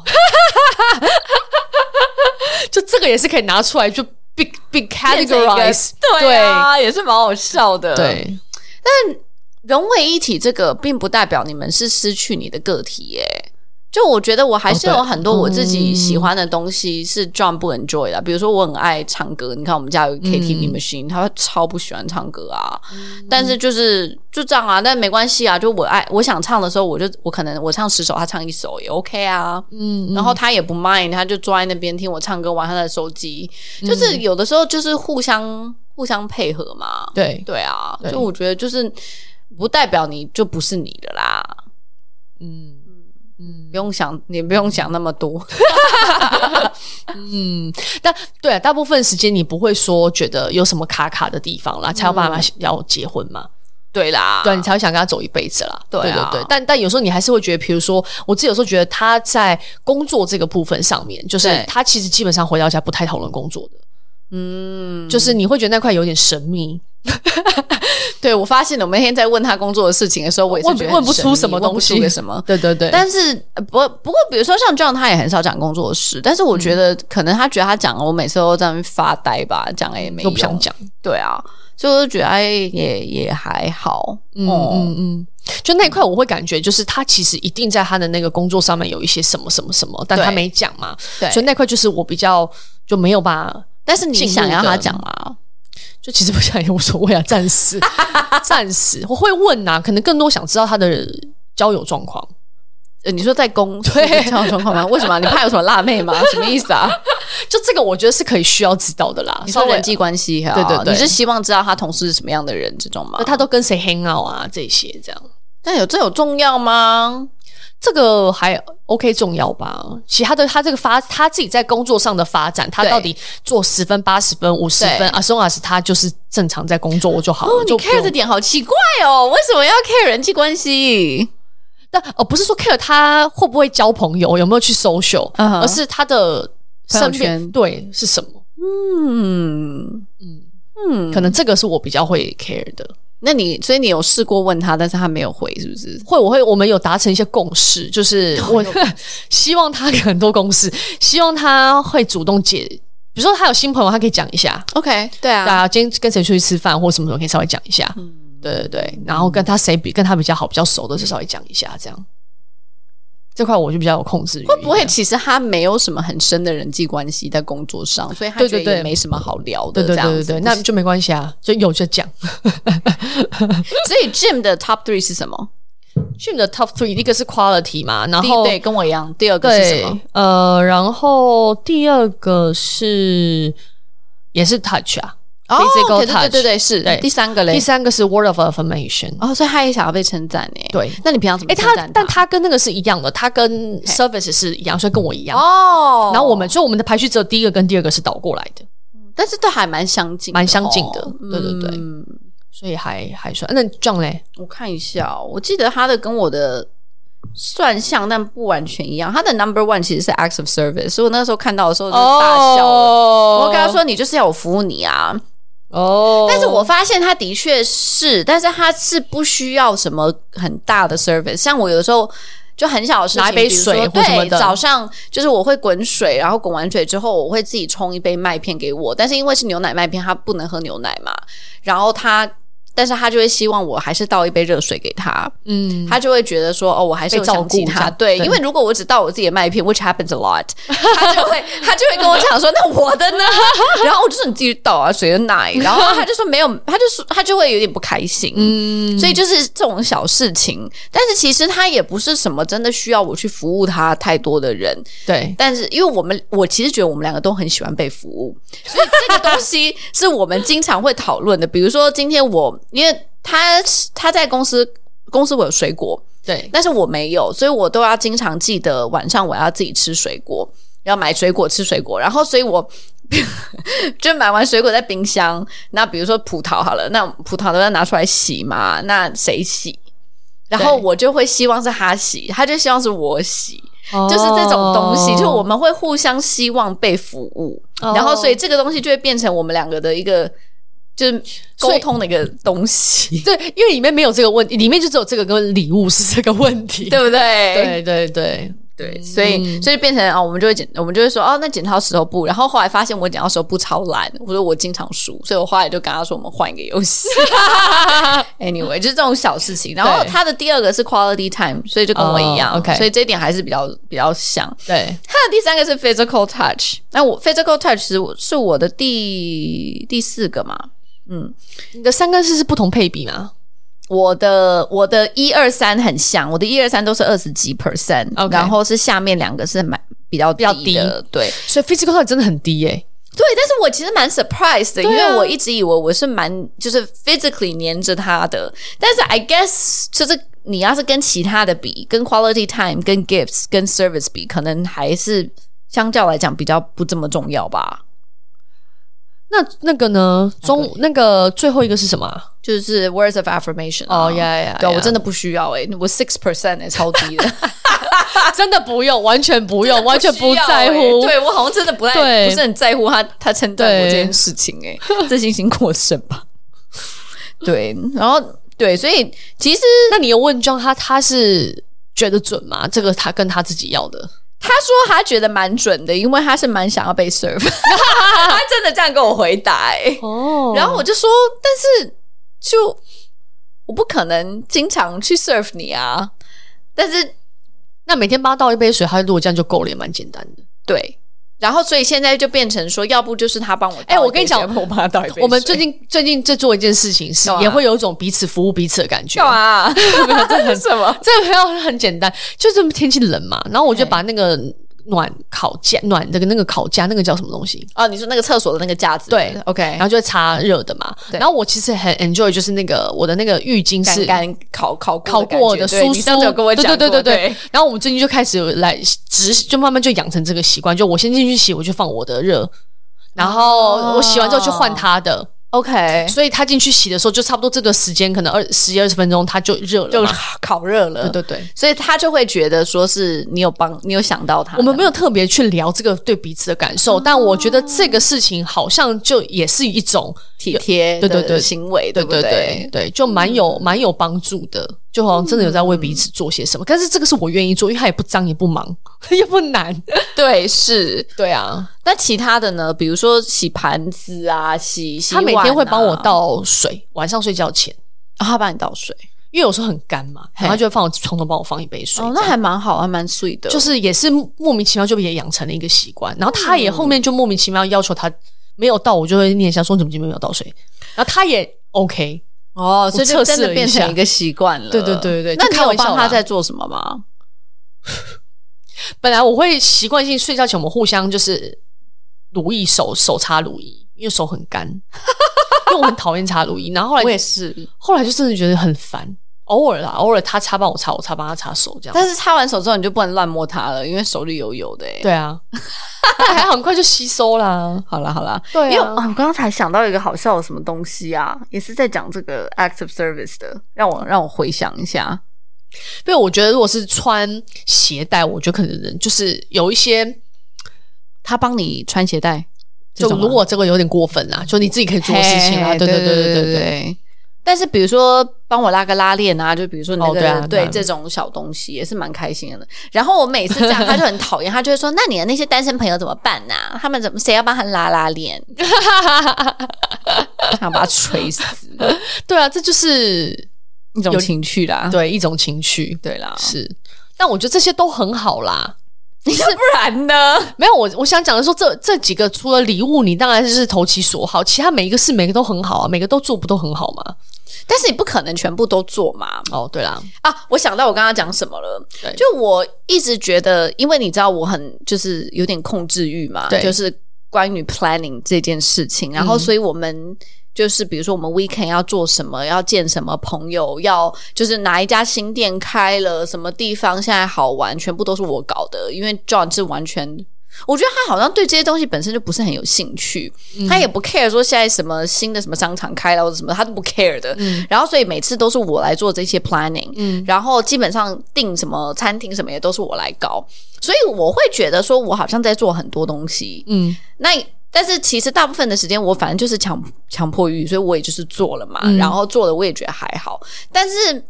就这个也是可以拿出来就 big big
变成一个
categorize。
对啊，也是蛮好笑的，
对，
融为一体这个并不代表你们是失去你的个体耶、就我觉得我还是
哦对
有很多我自己喜欢的东西是 John 不 enjoy 的啊、比如说我很爱唱歌，你看我们家有
嗯
一个 KTV machine，、他超不喜欢唱歌啊，
嗯
但是就是就这样啊，但没关系啊，就我爱我想唱的时候，我就我可能我唱十首，他唱一首也 OK 啊，
嗯，
然后他也不 mind，他就坐在那边听我唱歌，玩他的手机，就是
嗯
有的时候就是互相互相配合嘛，
对，
对啊，
对
就我觉得就是不代表你就不是你的啦，
嗯嗯
不用想，你不用想那么多。
嗯，但对、啊，大部分时间你不会说觉得有什么卡卡的地方啦，才有办法要结婚嘛，
对啦，
对啊，你才会想跟他走一辈子啦。
嗯对啊
对对，但但有时候你还是会觉得，比如说我自己有时候觉得他在工作这个部分上面，就是
对
他其实基本上回到家不太讨论工作的，
嗯，
就是你会觉得那块有点神秘，
对我发现了，我每天在问他工作的事情的时候，我也是
问不
觉得很
问不出
神秘
什么
问不
东
出
西
个什么。
对对 对，
但是呃不不过，比如说像 John，他也很少讲工作的事，但是我觉
嗯
得可能他觉得他讲了，我每次都在那边发呆吧，讲了也没
都不想
用
讲。
对啊，所以我就觉得哎，也也还好。
嗯
哦
嗯嗯，就那一块我会感觉，就是他其实一定在他的那个工作上面有一些什么什么什么，但
对
他没讲嘛，
对
所以那块就是我比较就没有把，
但是你
进入
想要他
的
讲吗？
就其实不想也无所谓啊，暂 时暂时我会问呐、可能更多想知道他的交友状况，
呃你说在公司的这种状况吗？为什么啊、你怕有什么辣妹吗？什么意思啊？
就这个我觉得是可以需要知道的啦，
你说
稍微
人际关系哈、
对对对
你是希望知道他同事是什么样的人这种吗
呃？他都跟谁 hang out 啊这些这样。
但有这有重要吗？
这个还 OK 重要吧？其他的他这个发他自己在工作上的发展，他
对
到底做十分、八十分、五十分
对
啊，松老师他就是正常在工作我就好了，
哦，你
就不用
care 的点好奇怪哦，为什么要 care 人际关系？
但哦不是说 care 他会不会交朋友，有没有去 social，、
嗯哼
而是他的
朋友
身边
圈
对是什么？
嗯
嗯，
嗯，
可能这个是我比较会 care 的。
那你所以你有试过问他，但是他没有回，是不是？
会，我会，我们有达成一些共识，就是我 希望他很多共识，希望他会主动解。比如说他有新朋友，他可以讲一下，
OK，对啊，
对啊，今天跟谁出去吃饭或什么时候可以稍微讲一下，对对对，然后跟他谁比跟他比较好、比较熟的，就稍微讲一下这样。这块我就比较有控制欲，
会不会？其实他没有什么很深的人际关系在工作上，所以他
对
觉
对
得也
对
没什么好聊的啊
对
这
对
样
对
子。
对对，那就没关系啊，就有就讲。
所以 Jim 的 Top Three 是什么？
去你的 top three，一个是 quality 嘛，然
第一
后
对，跟我一样。第二个是什么
对？呃，然后第二个是也是 touch 啊，
哦
Physical
对对对对对，是。
对
第三个嘞
第，三个是 word of affirmation。
哦，所以他也想要被称赞诶。
对
那你平常怎么
哎，
称
他
赞
但他跟那个是一样的，他跟 service 是一样，所以跟我一样。
哦，
然后我们，所以我们的排序只有第一个跟第二个是倒过来的，
但是都还蛮相近的哦，
蛮相近的对对对
嗯
所以还还算。那 John 嘞，
我看一下哦，我记得他的跟我的算像，但不完全一样。他的 number one 其实是 acts of service，所以我那时候看到的时候就大笑了。
哦
我跟他，说：“你就是要我服务你啊！”
哦，
但是我发现他的确是，但是他是不需要什么很大的 service。像我有时候就很小的事情，
拿一杯水
比
或
如说
什么
对，
的
早上就是我会滚水，然后滚完水之后，我会自己冲一杯麦片给我。但是因为是牛奶麦片，他不能喝牛奶嘛，然后他。但是他就会希望我还是倒一杯热水给他，
嗯，
他就会觉得说，哦，我还是有
被照顾
想起
这
他。
样
对，
对
因为如果我只倒我自己的麦片，which happens a lot，他 就会他就会跟我讲说，那我的呢？ 然后我就说你自己倒啊，谁的 奶？然后他就说没有，他就说他就会有点不开心。
嗯，
所以就是这种小事情，但是其实他也不是什么真的需要我去服务他太多的人，
对，
但是因为我们，我其实觉得我们两个都很喜欢被服务，所以这个东西是我们经常会讨论的。比如说今天我，因为他他在公司，公司我有水果，
对，
但是我没有，所以我都要经常记得晚上我要自己吃水果，要买水果吃水果。然后，所以我 就买完水果在冰箱。那比如说葡萄好了，那葡萄都要拿出来洗嘛，那谁洗？然后
对
我就会希望是他洗，他就希望是我洗。
哦
就是这种东西，就我们会互相希望被服务，
哦
然后所以这个东西就会变成我们两个的一个就是沟通的一个东西，
对，因为里面没有这个问题，里面就只有这个跟礼物是这个问题。
对不对？
对对对，
对，所以所以变成啊、我们就会剪，我们就会说哦，那剪刀石头布，然后后来发现我剪刀石头布超烂，我说我经常输，所以我后来就跟他说我们换一个游 戏。anyway，就是这种小事情。然后
对
他的第二个是 quality time，所以就跟我一样、
哦，OK
所以这一点还是比较比较像。
对，
他的第三个是 physical touch，那我 physical touch 是我是我的第第四个嘛？
你的三跟四是不同配比吗？
我的我的一二三很像，我的一二三都是二十几 percent，、
OK
然后是下面两个是蛮比较比
较
的，对
所以 physical touch 真的很低耶、
对。但是我其实蛮 surprised 的，因
对啊
为我一直以为我是蛮就是 physically 黏着他的，但是 I guess 就是你要是跟其他的比，跟 quality time、跟 gifts、跟 service 比，可能还是相较来讲比较不这么重要吧。
那那个呢？中那个最后一个是什么啊？
就是 words of affirmation 啊、
呀
对啊我真的不需要哎、我 six percent 哎，超低的，
真的不用，完全不用，完全不在
需要
乎。
欸对我好像真的不太
对
不是很在乎他他称赞我
对
这件事情 哎、欸，自信心过剩吧。对，然后对，所以其实
那你有问 John 他他是觉得准吗？这个他跟他自己要的，
他说他觉得蛮准的，因为他是蛮想要被 serve，他真的这样跟我回答哎、
哦
然后我就说，但是就我不可能经常去 serve 你啊，但是
那每天帮他倒一杯水，他如果这样就够了，也蛮简单的。
对，然后所以现在就变成说，要不就是他帮我倒一杯水，
哎我跟你讲
要不我帮他倒一杯水。
我们最近最近在做一件事情是
干，嘛
也会有一种彼此服务彼此的感觉
干。 嘛？这很什么？
这个朋友很简单，就是天气冷嘛，然后我就
对
把那个暖烤架、暖的那个烤架，那个叫什么东西？
哦，你说那个厕所的那个架子？
对
，OK，
然后就会擦热的嘛。
对
然后我其实很 enjoy，就是那个我的那个浴巾是
干干烤烤
烤过
过
的
的
酥
感觉对你上次
酥，
有跟我讲过，
对对对对
对
对。然后我们最近就开始有来执，就慢慢就养成这个习惯，就我先进去洗，我就放我的热，然后
哦
我洗完之后去换他的。
OK，
所以他进去洗的时候，就差不多这段时间，可能二十几二十分钟，它就热了
就
嘛。
烤热了，
对对对，
所以他就会觉得说是你有帮，你有想到他。
我们没有特别去聊这个对彼此的感受，但我觉得这个事情好像就也是一种
体贴，
对对对
行为，
对
不
对对对，就蛮有蛮有帮助的，就好像真的有在为彼此做些什么。但是这个是我愿意做，因为它也不脏也不忙 也不难。
对是。
对啊，
那其他的呢？比如说洗盘子啊，洗洗
他每
碗
天会
啊
帮我，倒水，晚上睡觉前，
啊他帮你倒水。
因为有时候很干嘛，然后他就会放我床头帮我放一杯水。
哦，
这
那
样
还蛮好，还蛮 sweet 的。
就是也是莫名其妙就也养成了一个习惯，然后他也后面就莫名其妙要求他没有倒，我就会念一下说你怎么今天没有倒水，然后他也 OK，
哦，所以
我
就
测
真
试
的
了一
变
下
成一个习惯了。
对对对对对
那
就
你
开
有
玩笑
帮他
啦
在做什么吗？
本来我会习惯性睡觉前我们互相就是乳液手手擦乳液，因为手很干， 因为我很讨厌擦乳液。然后后
我也
来
是，
后来就真的觉得很烦，偶尔啦，偶尔他擦帮我擦，我擦帮他擦手这样。
但是擦完手之后你就不能乱摸它了，因为手里有油的、欸。
对啊，但还好很快就吸收啦。
好啦好啦，
对
因为、
啊
啊、我刚才想到一个好笑的什么东西啊，也是在讲这个 active service 的，让我让我回想一下。
因为我觉得如果是穿鞋带，我觉得可能就是有一些，
他帮你穿鞋带，
就
这种吗啊
如果这个有点过分啦，就你自己可以做的事情啦。啊
嘿
对
啊
对
对
对
对
对对。
对。但是比如说帮我拉个拉链啊，就比如说你那
哦
个、
对啊对
对
啊
这种小东西也是蛮开心的。然后我每次这样，他就很讨厌，他就会说：“那你的那些单身朋友怎么办呐、他们怎么谁要帮他拉拉链？”想把他锤死，
对啊，这就是
一种情趣啦。
对一种情绪。
对 啦，
是，但我觉得这些都很好啦。
不然呢？
没有，我我想讲的说，这这几个除了礼物，你当然是投其所好，其他每一个事每个都很好啊，每个都做不都很好吗？
但是你不可能全部都做嘛。
哦，对啦，
啊，我想到我刚刚讲什么了
对。
就我一直觉得，因为你知道我很就是有点控制欲嘛，
对
就是关于 planning 这件事情，然后所以我们。就是比如说，我们 weekend 要做什么，要见什么朋友，要就是哪一家新店开了，什么地方现在好玩，全部都是我搞的。因为 John 是完全，我觉得他好像对这些东西本身就不是很有兴趣，他也不 care 说现在什么新的什么商场开了或者什么，他都不 care 的。然后所以每次都是我来做这些 planning，
嗯
然后基本上订什么餐厅什么也都是我来搞，所以我会觉得说我好像在做很多东西。
嗯
那但是其实大部分的时间我反正就是强强迫欲，所以我也就是做了嘛，
嗯
然后做了我也觉得还好，但是。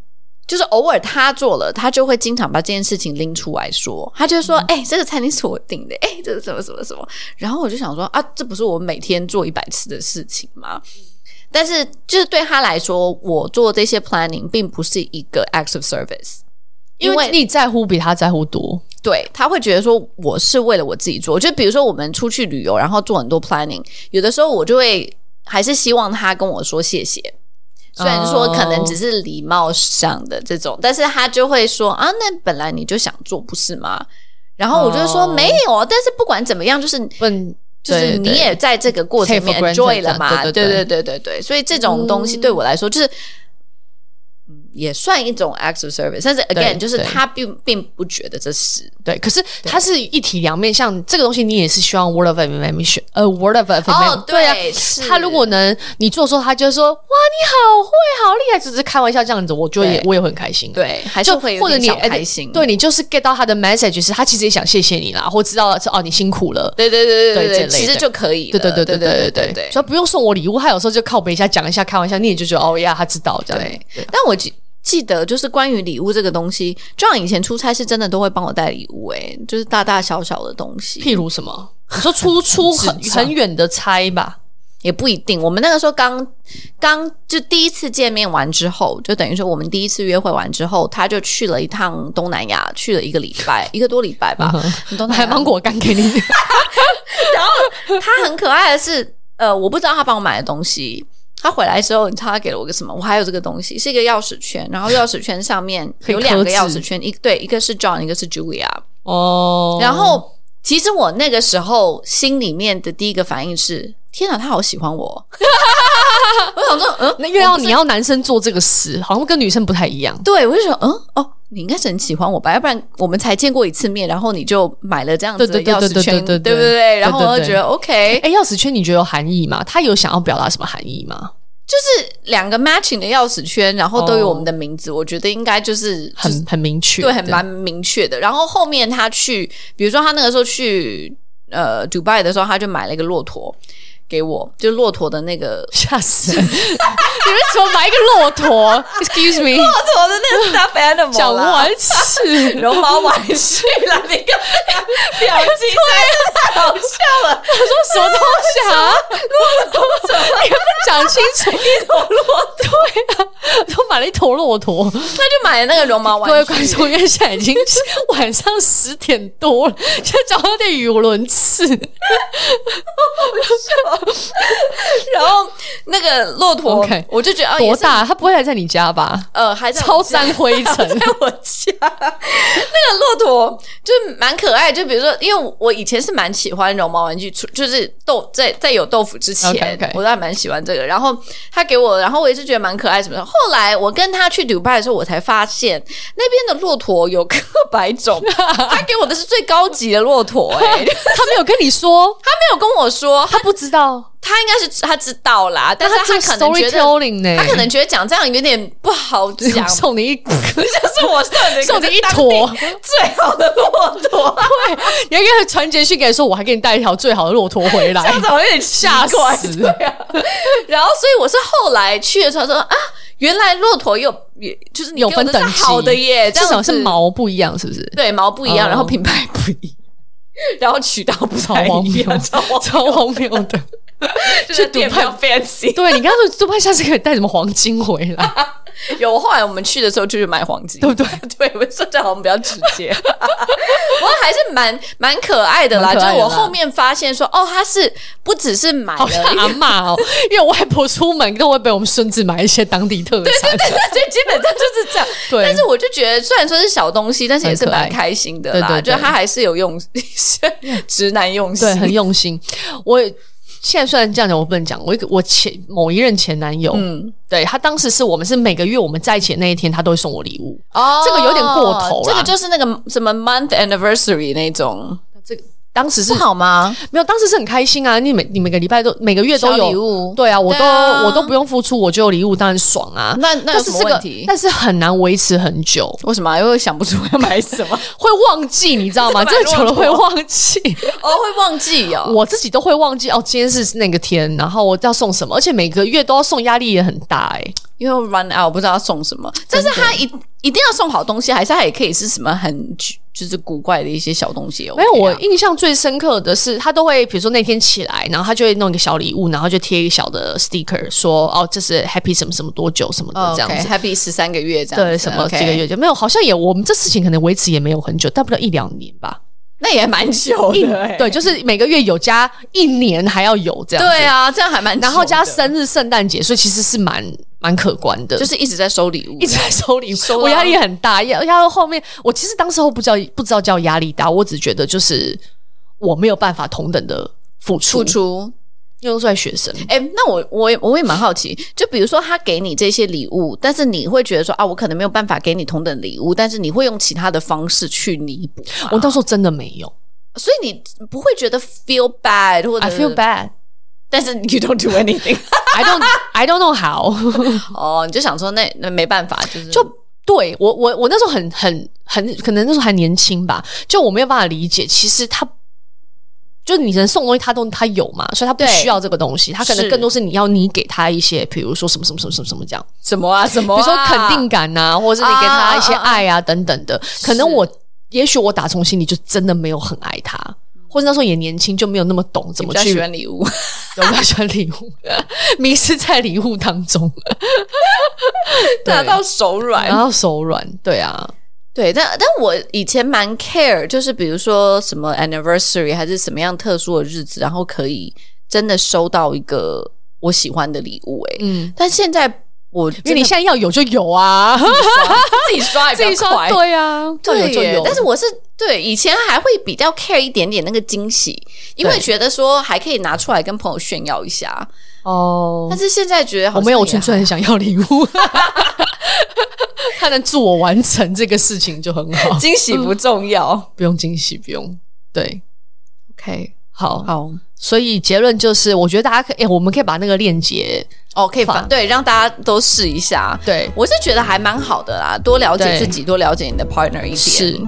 就是偶尔他做了，他就会经常把这件事情拎出来说，他就会说：“哎、这个餐厅是我订的， 哎、这是什么什么什么。”然后我就想说：“啊，这不是我每天做一百次的事情吗？”但是就是对他来说，我做这些 planning 并不是一个 acts of service，
因为你在乎比他在乎多，
对他会觉得说我是为了我自己做，就比如说我们出去旅游，然后做很多 planning，有的时候我就会还是希望他跟我说谢谢，虽然说可能只是礼貌上的这
哦
种，但是他就会说啊，那本来你就想做不是吗？然后我就说、
哦
没有，啊但是不管怎么样，就是
问
就是你也在这个过程里面
Take for
enjoy
granted
了嘛，
这样对对
对对对对对，所以这种东西对我来说就是。嗯也算一种 acts of service，但是 again，
对
就是
对
他并并不觉得这是
对，可是它是一体两面，像这个东西你也是需要 word of affirmation，呃，word of affirmation，、
哦，
对啊。
是
他如果能你做的时候，他就说哇，你好会，好厉害，只是开玩笑这样子，我就也
对
我也会很开心、啊。
对，还是
就
会有
或者
点
你
小
哎
开心，
对你就是 get 到他的 message 是他其实也想谢谢你啦，或知道是哦你辛苦了。
对对对对
对这
对，
类
其实
的
就可以
对
了，
对对
对
对对对
对
对，所以不用送我礼物，他有时候就靠背一下讲一下开玩笑，你也就觉得哦呀，他知道这样。
对，但我记记得，就是关于礼物这个东西，John 以前出差是真的都会帮我带礼物、欸，诶，就是大大小小的东西，
譬如什么，你说 出出很
智障
很远的差吧，
也不一定。我们那个时候刚刚就第一次见面完之后，就等于说我们第一次约会完之后，他就去了一趟东南亚，去了一个礼拜，一个多礼拜吧。
嗯
东南
买
亚
芒果干给 你。
他很可爱的是，呃，我不知道他帮我买的东西。他回来之后，你知道他给了我个什么？我还有这个东西，是一个钥匙圈，然后钥匙圈上面
很
有两个
克制
钥匙圈，一对，一个是 John，一个是 Julia。
哦，
然后，其实我那个时候心里面的第一个反应是：天哪，他好喜欢我！我想说，嗯，
那又要你要男生做这个事，好像跟女生不太一样。
对我就想，嗯，哦，你应该是很喜欢我吧，要不然我们才见过一次面，然后你就买了这样子的
对对
钥
对
匙圈，
对对对对
对不
对
对？然后我
对
就
对
觉得 OK，
哎，钥匙圈你觉得有含义吗？他有想要表达什么含义吗？
就是两个 matching 的钥匙圈，然后都有
哦
我们的名字，我觉得应该就是就是
很很明确，
对，很蛮明确的。然后后面他去，比如说他那个时候去呃 Dubai 的时候，他就买了一个骆驼给我，就骆驼的那个
吓死人！你 为什么买一个骆驼？Excuse me，
骆驼的那个 stuff animal
讲完 事。
绒毛玩具啦，你个表情真的太好笑了，
我说什么东西啊？你们讲清楚，一头骆驼，对啊，都买了一头骆驼。
那就买了那个绒毛
各位
玩具
观。众，因为现在已经是晚上十点多了，现在讲到有点语无伦次。
然后那个骆驼
OK
我就觉得、啊、也
多
是？
大？他不会还在你家吧？
呃，还在我
超
家
沾灰 尘
在我家那个骆驼就是蛮可爱，就比如说，因为我以前是蛮喜欢绒毛玩具，除就是豆在在有豆腐之前
OK，OK
我都还蛮喜欢这个。然后他给我，然后我也是觉得蛮可爱什么的。后来我跟他去迪拜的时候，我才发现那边的骆驼有个百种，他给我的是最高级的骆驼、欸，哎，
他没有跟你说，
他没有跟我说，
他不知道，
他应该是他知道啦，但是
那这
他
个
可能觉得。
storytelling 呢？
他可能觉得讲这样有点不好 讲吧
送你一，
就是我送你
送你一坨
最好的骆驼，
你要给他传简讯给你说，我还给你带一条最好的骆驼回来。
那种有点奇
哎吓
怪。
死
对啊，然后所以我是后来去的时候说啊，原来骆驼有也就是你
有
给我
分
的
等级，
是好的耶，
至
这
少
样子
是毛不一样，是不是？
对毛不一
哦
样，然后品牌 不一样。然后渠道不
超
太
荒
一
谬
样， 超荒，
超荒谬的。
就是
去
店
迪
比
拜
较 fancy。
对你刚刚说杜拜下次可以带什么黄金回 来，
有后来我们去的时候就去买黄金，
对不对？
对，我说这好像比较直接， 不过还是蛮蛮可爱的啦。
蛮可爱的啦
就是我后面发现说，哦，他是不只是买
好像
了
阿嬷哦，因为我外婆出门都会被我们孙子买一些当地特产。
所以基本上就是这样。
对
但是我就觉得，虽然说是小东西，但是也是
很可爱
蛮开心的啦。
对对对
就他还是有用， 直男用心。
对，很用心。我现在虽然这样讲，我不能讲。我一个我前某一任前男友，
嗯
对他当时是我们是每个月我们在一起的那一天，他都会送我礼物。
哦
这个有点过头啦
这个就是那个什么 month anniversary 那种，
这个当时是
不好吗？
没有，当时是很开心啊！你每你每个礼拜都每个月都有
小礼物
对啊，我都
对啊
我都不用付出，我就有礼物，当然爽啊。
那那有
但是
什么
这
问
个
题？
但是很难维持很久，
为什么啊？因为想不出要买什 么，
会忘记，你知道吗？
这
这个
个蛮
久了
弱
会
的
忘记，
哦，会忘记 哦。
我自己都会忘记哦。今天是那个天，然后我要送什么，而且每个月都要送，压力也很大哎、
因为 run out 不知道要送什么，但是他一一定要送好东西，还是他也可以是什么很就是古怪的一些小东西、
没有，我
啊、
印象最深刻的是，他都会比如说那天起来，然后他就会弄一个小礼物，然后就贴一个小的 sticker 说哦，这是 happy 什么什么多久什么的这样子。
o k happy 十三个月这样子，
哦对，什么
OK
几个月就没有，好像也我们这事情可能维持也没有很久，大不了一两年吧。
那也蛮久
一
的、欸，
对，就是每个月有加一年还要有这样子。
对啊，这样还蛮久的，
然后加生日、圣诞节，所以其实是蛮蛮可观的。
就是一直在收礼物，
一直在收礼物，啊
收到
嗯我压力很大。压压到后面，我其实当时候不知道不知道叫压力大，我只觉得就是我没有办法同等的付出，
付出。
因为都是在学生。
哎、那我我也我也蛮好奇，就比如说他给你这些礼物，但是你会觉得说啊，我可能没有办法给你同等礼物，但是你会用其他的方式去弥补，
我到时候真的没有
所以你不会觉得 feel bad 或者
，I feel bad,
但是 you don't do anything。
I don't, I don't know how
哦，你就想说那那没办法，就是
就。对我，我我那时候很很很，可能那时候还年轻吧，就我没有办法理解，其实他就你能送东西，他都他有嘛，所以他不
对
需要这个东西，他可能
是
更多是你要你给他一些，比如说什么什么什么什么什么这样。
什么啊什么
比
啊
如说肯定感呐、或者是你给他一些爱啊等等的。可能我，也许我打从心里就真的没有很爱他，或者那时候也年轻，就没有那么懂怎
你
么
比较
去
喜欢礼 物，
我比较喜欢礼物， 迷失在礼物当 中，
打到手软
然。后手软，对啊，
对，但但我以前蛮 care，就是比如说什么 anniversary 还是什么样特殊的日子，然后可以真的收到一个我喜欢的礼物、欸，
嗯，
但现在我因
因为你现在要有就有 啊，
自己 刷
自己说
快，
对啊，要有
对
就
耶
有，，
但是我是对以前还会比较 care 一点点那个惊喜，因为
对
觉得说还可以拿出来跟朋友炫耀一下，
哦
但。是现在觉得好
我
像
没有，我
也
纯粹很想要礼物。他能助我完成这个事情就很 好，
惊喜不 重要。
不用惊喜，不用对，
OK，
好，
好，
所以结论就是，我觉得大家可以，诶我们可以把那个链接，
哦，可以反
放
对，让大家都试一下。
对，
我是觉得还蛮好的啦，多了解
对
自己，多了解你的 partner 一点。
是